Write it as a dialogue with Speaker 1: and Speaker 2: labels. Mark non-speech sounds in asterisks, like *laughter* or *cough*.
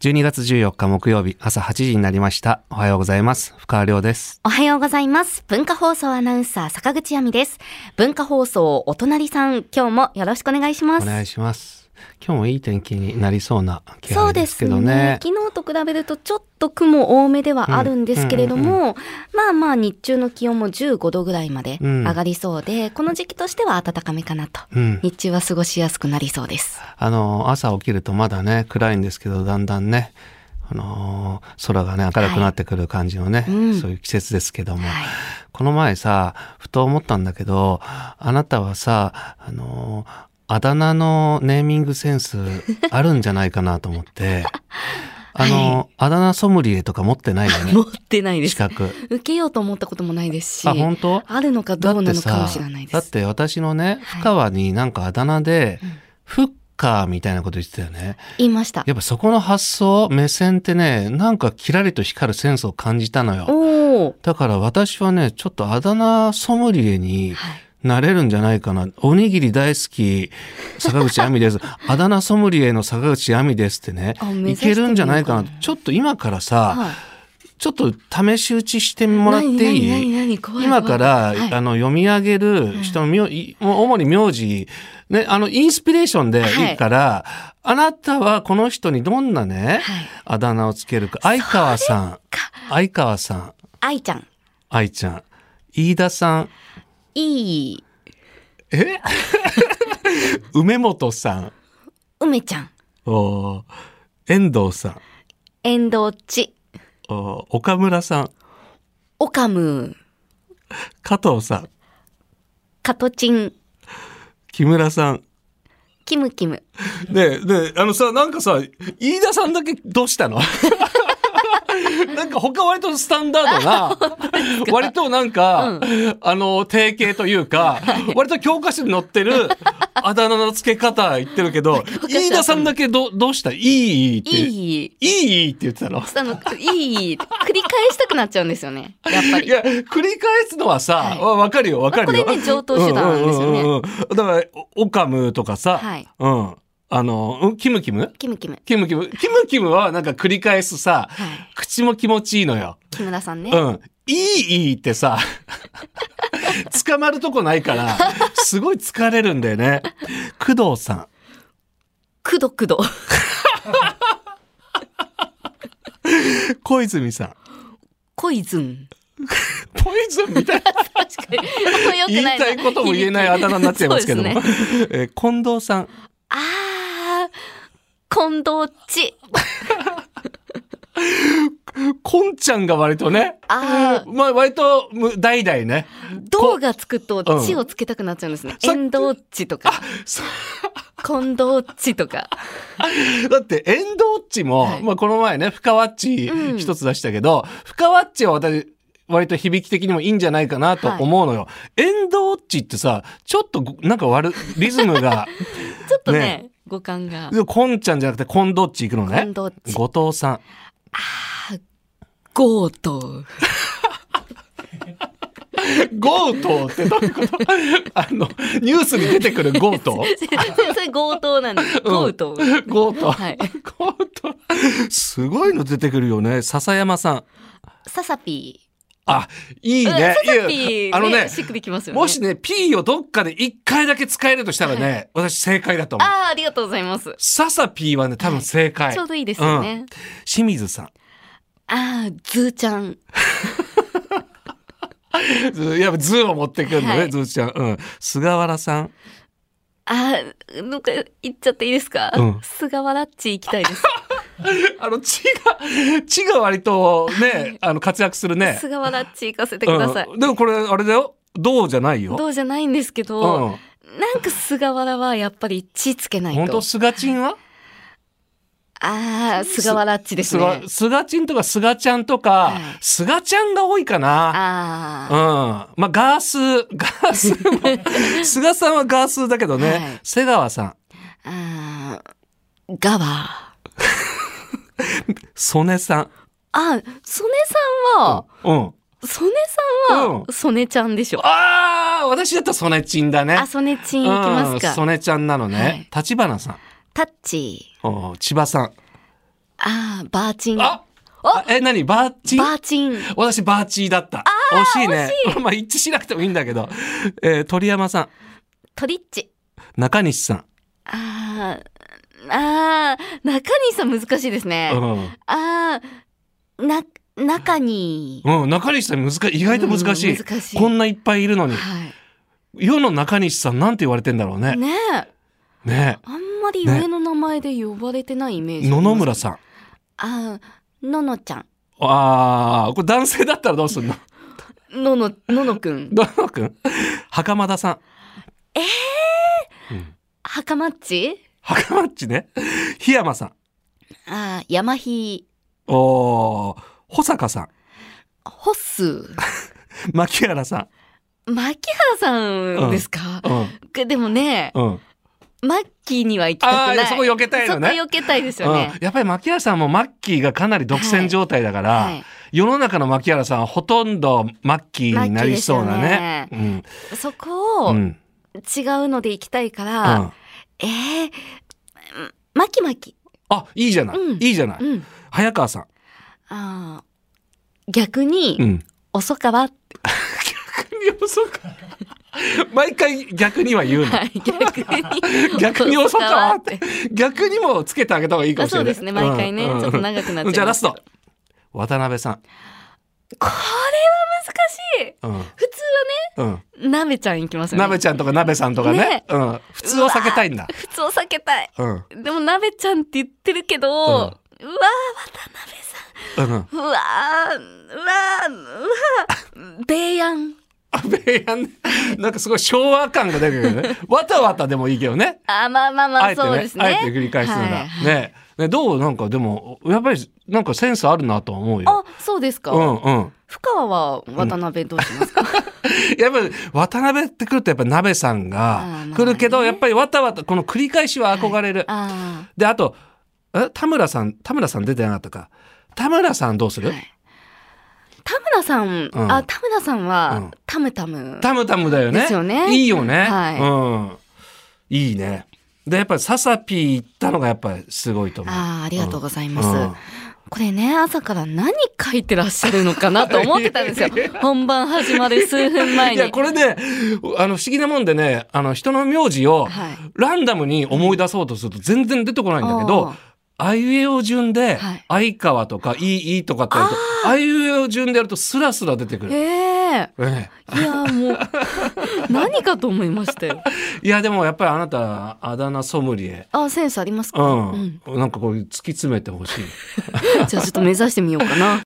Speaker 1: 12月14日木曜日朝8時になりました。おはようございます。深川亮です。
Speaker 2: おはようございます。文化放送アナウンサー坂口亜美です。文化放送お隣さん、今日もよろしくお願いします。
Speaker 1: お願いします。今日もいい天気になりそうな気がですけどね、
Speaker 2: ね、昨日と比べるとちょっと雲多めではあるんですけれども、うんうんうん、まあまあ日中の気温も15度ぐらいまで上がりそうで、うん、この時期としては暖かめかなと、うん、日中は過ごしやすくなりそうです
Speaker 1: あの朝起きるとまだね暗いんですけどだんだんねあのー、空がね明るくなってくる感じのね、はい、そういう季節ですけども、うんはい、この前さふと思ったんだけどあなたはさあのーあだ名のネーミングセン
Speaker 2: *laughs*
Speaker 1: スあるんじゃないかなと思って。あの、はい、あだ名ソムリエとか持ってない
Speaker 2: *laughs*
Speaker 1: よね。
Speaker 2: 持ってないです。
Speaker 1: 資
Speaker 2: *laughs*
Speaker 1: 格。
Speaker 2: 受けようと思ったこともないですし。
Speaker 1: あ、本当？
Speaker 2: あるのかどうなのかもしれないです。
Speaker 1: だって私のね、深川になんかあだ名で、はい、フッカーみたいなこと言ってたよね。
Speaker 2: 言いました。
Speaker 1: やっぱそこの発想、目線ってね、なんかキラリと光るセンスを感じたのよ。だから私はね、ちょっとあだ名ソムリエに、はいなれるんじゃないかな。おにぎり大好き、坂口亜美です。 *laughs* あだ名ソムリエの坂口亜美ですってね、いけるんじゃないかな。ちょっと今からさ、はい、ちょっと試し打ちしてもらっていい今から、はい、あの読み上げる人の名、はい、主に名字、ね、あの、インスピレーションでいいから、あなたはこの人にどんなね、あだ名をつけるか。相川さん。相川さん。
Speaker 2: 愛ちゃん。
Speaker 1: 愛ちゃん。飯田さん。
Speaker 2: いい。
Speaker 1: え梅本さん。
Speaker 2: 梅ちゃん。
Speaker 1: お遠藤さん。
Speaker 2: 遠藤ち。
Speaker 1: お岡村さん。
Speaker 2: 岡む。
Speaker 1: 加藤さん。
Speaker 2: 加藤ちん。
Speaker 1: 木村さん。
Speaker 2: キムキム。
Speaker 1: ねで、あのさ、なんかさ、飯田さんだけどうした *laughs* のなんか他割とスタンダードな、割となんか、うん、あの、定型というか、割と教科書に載ってるあだ名の付け方言ってるけど、飯田さんだけどどうしたいいいいって。
Speaker 2: いい
Speaker 1: いいって言ってたの。
Speaker 2: あの、いい繰り返したくなっちゃうんですよね。やっぱり。
Speaker 1: いや、繰り返すのはさ、はい、わ、かるよ、わかる、
Speaker 2: よ。これね、上等手段なんですよね。うんうんうん
Speaker 1: だから、オカムとかさ、はい、うん。あの、キムキム
Speaker 2: キムキム。
Speaker 1: キムキム。キムキムはなんか繰り返すさ、はい、口も気持ちいいのよ。
Speaker 2: 木村さんね。
Speaker 1: うん。いいいいってさ、 *laughs* 捕まるとこないから、すごい疲れるんだよね。工藤さん。
Speaker 2: くどくど。
Speaker 1: 小泉さん。
Speaker 2: 小泉。
Speaker 1: ポイズンみたいな。
Speaker 2: 確かに。
Speaker 1: 言いたいことも言えないあだ名になっちゃいますけども。 *laughs* ね、え近藤さん。
Speaker 2: あ近藤ち。
Speaker 1: こんちゃんが割とね。あまあ割と代々ね。
Speaker 2: 銅がつくと地をつけたくなっちゃうんですね。うん、遠藤地とか。近藤地 *laughs* とか。
Speaker 1: だって遠藤地も、はい、まあこの前ね、深ワッチ一つ出したけど、うん、深ワッチは私、割と響き的にもいいんじゃないかなと思うのよ。はい、エンドウッチってさ、ちょっとなんか悪、リズム *laughs* が。
Speaker 2: ちょっとね、ね五感が。
Speaker 1: こんちゃんじゃなくて、コンドッチ行くのね。後藤さん。あ
Speaker 2: あ、ゴート。
Speaker 1: ゴートってどういうこと *laughs* あの、ニュースに出てくるゴート *laughs*
Speaker 2: それ強盗なんです。ゴート。
Speaker 1: うん、ゴート。はい。ゴート。すごいの出てくるよね。笹山さん。
Speaker 2: ササピー。
Speaker 1: あ、いいね。
Speaker 2: うん、いや、あのね、ね
Speaker 1: もしね、P をどっかで一回だけ使えるとしたらね、はい、私正解だと思う。
Speaker 2: ああ、ありがとうございます。
Speaker 1: ササ P はね、多分正解。はい、
Speaker 2: ちょうどいいですよね。うん、
Speaker 1: 清水さん。
Speaker 2: ああ、ズーちゃん。
Speaker 1: やっぱズーを持ってくるのね、はい、ズーちゃん。うん。菅原さん。
Speaker 2: ああ、なんか行っちゃっていいですか、うん、菅原っち行きたいです。
Speaker 1: あの、血が、血が割とね、はい、あの、活躍するね。
Speaker 2: 菅原っち行かせてください。
Speaker 1: うん、でもこれ、あれだよ。銅じゃないよ。
Speaker 2: 銅じゃないんですけど、うん、なんか菅原はやっぱり血つけないと。
Speaker 1: 本当菅ちんは
Speaker 2: ああ、菅原っちですね。
Speaker 1: 菅ちんとか菅ちゃんとか、はい、菅ちゃんが多いかな。ああ。うん。まあ、ガース、ガース
Speaker 2: *laughs*
Speaker 1: 菅さんはガースだけどね。はい、瀬川さん。
Speaker 2: ああ、ガワ
Speaker 1: 曽根さん。
Speaker 2: あ、曽根さんは、うん。うん曽根さんは、曽根ちゃんでしょ。うん、
Speaker 1: ああ、私だったら曽根ちんだね。
Speaker 2: あ、曽根ちんいきますか。
Speaker 1: 曽根ちゃんなのね。立、はい、花さん。
Speaker 2: タッチ。
Speaker 1: お千葉さん。
Speaker 2: あああ、バーチン。
Speaker 1: あえ、何バーチン
Speaker 2: バーチン。
Speaker 1: 私、バーチーだった。惜しいね。 *laughs* まあ、一致しなくてもいいんだけど。えー、鳥山さん。
Speaker 2: トリッチ。
Speaker 1: 中西さん。
Speaker 2: ああ、ああ、中西さん難しいですね。
Speaker 1: うん
Speaker 2: ああ、な、中に。
Speaker 1: うん、中西さん難しい。意外と難しい。
Speaker 2: うん難しい
Speaker 1: こんないっぱいいるのに。
Speaker 2: はい。
Speaker 1: 世の中西さんなんて言われてんだろうね。
Speaker 2: ねえ。
Speaker 1: ね
Speaker 2: あんまり上の名前で呼ばれてないイメージ。
Speaker 1: 野々村さん。
Speaker 2: あーののちゃん。
Speaker 1: ああ、これ男性だったらどうすんの
Speaker 2: のの、ののくん。
Speaker 1: どのくん袴田さん。ええ
Speaker 2: はかまっち
Speaker 1: 袴っちね。檜山さん。
Speaker 2: あー山ひ、
Speaker 1: おー保坂さん。
Speaker 2: ほっすー。
Speaker 1: 牧原さ
Speaker 2: 牧原さんですか、
Speaker 1: ん。うん。
Speaker 2: くでもね、
Speaker 1: うん。
Speaker 2: マッキーには行きたくない。
Speaker 1: あーそこ避けたいのね
Speaker 2: そこ避けたいですよね
Speaker 1: うん。やっぱり牧原さんもマッキーがかなり独占状態だから、
Speaker 2: はい。
Speaker 1: 世の中の牧原さんはほとんどマッキーになりそうなね。
Speaker 2: そこ
Speaker 1: う
Speaker 2: を
Speaker 1: ん。う。
Speaker 2: 違うんので行きたいか
Speaker 1: う
Speaker 2: ら、
Speaker 1: ん。
Speaker 2: えー、マキマキ。
Speaker 1: あ、いいじゃない。
Speaker 2: うん
Speaker 1: いいじゃない。
Speaker 2: うん。
Speaker 1: 早川さん。
Speaker 2: あー逆に、
Speaker 1: うん。
Speaker 2: 遅かわ。
Speaker 1: 逆に遅か。毎回逆には言うの。
Speaker 2: はい、逆に。
Speaker 1: *laughs* 逆に遅かわっ
Speaker 2: 遅
Speaker 1: て
Speaker 2: かわっ。
Speaker 1: 逆にもつけてあげた方がいいか
Speaker 2: まあ
Speaker 1: もしれな
Speaker 2: そう
Speaker 1: い。
Speaker 2: ですね、毎回ね。
Speaker 1: うん
Speaker 2: ちょっと長くなっちゃいますけど
Speaker 1: じゃあラスト。渡辺さん。
Speaker 2: これは難しい。
Speaker 1: うん。
Speaker 2: 普通
Speaker 1: うん。
Speaker 2: はね、なべちゃん行きますよね。
Speaker 1: 鍋ちゃんとか鍋さんとかね。
Speaker 2: ね
Speaker 1: うん。普通を避けたいんだ。
Speaker 2: 普通を避けたい。
Speaker 1: うん。うん。
Speaker 2: でも、なべちゃんって言ってるけど、う
Speaker 1: うん
Speaker 2: わー、渡辺さん。
Speaker 1: うん。
Speaker 2: うわー、うわー、うわー、ベイアン。
Speaker 1: 米安ねなんかすごい昭和感が出てくるよ
Speaker 2: *laughs*
Speaker 1: ね。わたわたでもいいけどね。
Speaker 2: あ、まあまあま
Speaker 1: あ
Speaker 2: あ、
Speaker 1: えて
Speaker 2: そう
Speaker 1: ね
Speaker 2: ですね。
Speaker 1: あえて繰り返すなら、
Speaker 2: はいはい
Speaker 1: ねねどうなんかでもやっぱりなんかセンスあるなとは思うよ。
Speaker 2: あ、そうですか。
Speaker 1: うんうん。
Speaker 2: 深川は渡辺どうしますか、
Speaker 1: *laughs* やっぱり渡辺ってくるとやっぱ鍋さん
Speaker 2: あ
Speaker 1: が
Speaker 2: ーまあ
Speaker 1: 来るけど、
Speaker 2: ね
Speaker 1: やっぱりわたわたこの繰り返しは憧れる。
Speaker 2: あ
Speaker 1: であとえ田村さん田村さん出てなかったか。田村さんどうす
Speaker 2: あ、
Speaker 1: る？
Speaker 2: はい。田村さん、
Speaker 1: うん
Speaker 2: あ、田村さんは、
Speaker 1: うん
Speaker 2: タムタム。
Speaker 1: タムタムだよね。
Speaker 2: ですよね
Speaker 1: いいよね。
Speaker 2: はい
Speaker 1: うん。いいね。でやっぱりササピー行ったのがやっぱりすごいと思う。
Speaker 2: ああ、ありがとうございます。
Speaker 1: うん
Speaker 2: これね、朝から何書いてらっしゃるのかなと思ってたんで
Speaker 1: *laughs*
Speaker 2: すよ。本番始まる数分前
Speaker 1: い
Speaker 2: に。
Speaker 1: やこれねあの不思議なもんでねあの人の名字を
Speaker 2: はい
Speaker 1: ランダムに思い出そうとすると全然出てこないんだけ
Speaker 2: お
Speaker 1: ど
Speaker 2: ー
Speaker 1: あいうえお順で
Speaker 2: はい
Speaker 1: 相川とかいいいいとかってやるとあいうえお順でやるとスラスラ出てくる。
Speaker 2: え
Speaker 1: え
Speaker 2: えいや、もう、 *laughs* 何かと思いましたよ。
Speaker 1: えいやでもやっぱりあなたあだ名ソムリエ。
Speaker 2: あ、センスありますか
Speaker 1: うん、なんかこう突き詰めてほしい。
Speaker 2: じゃあちょっと目指してみようかな。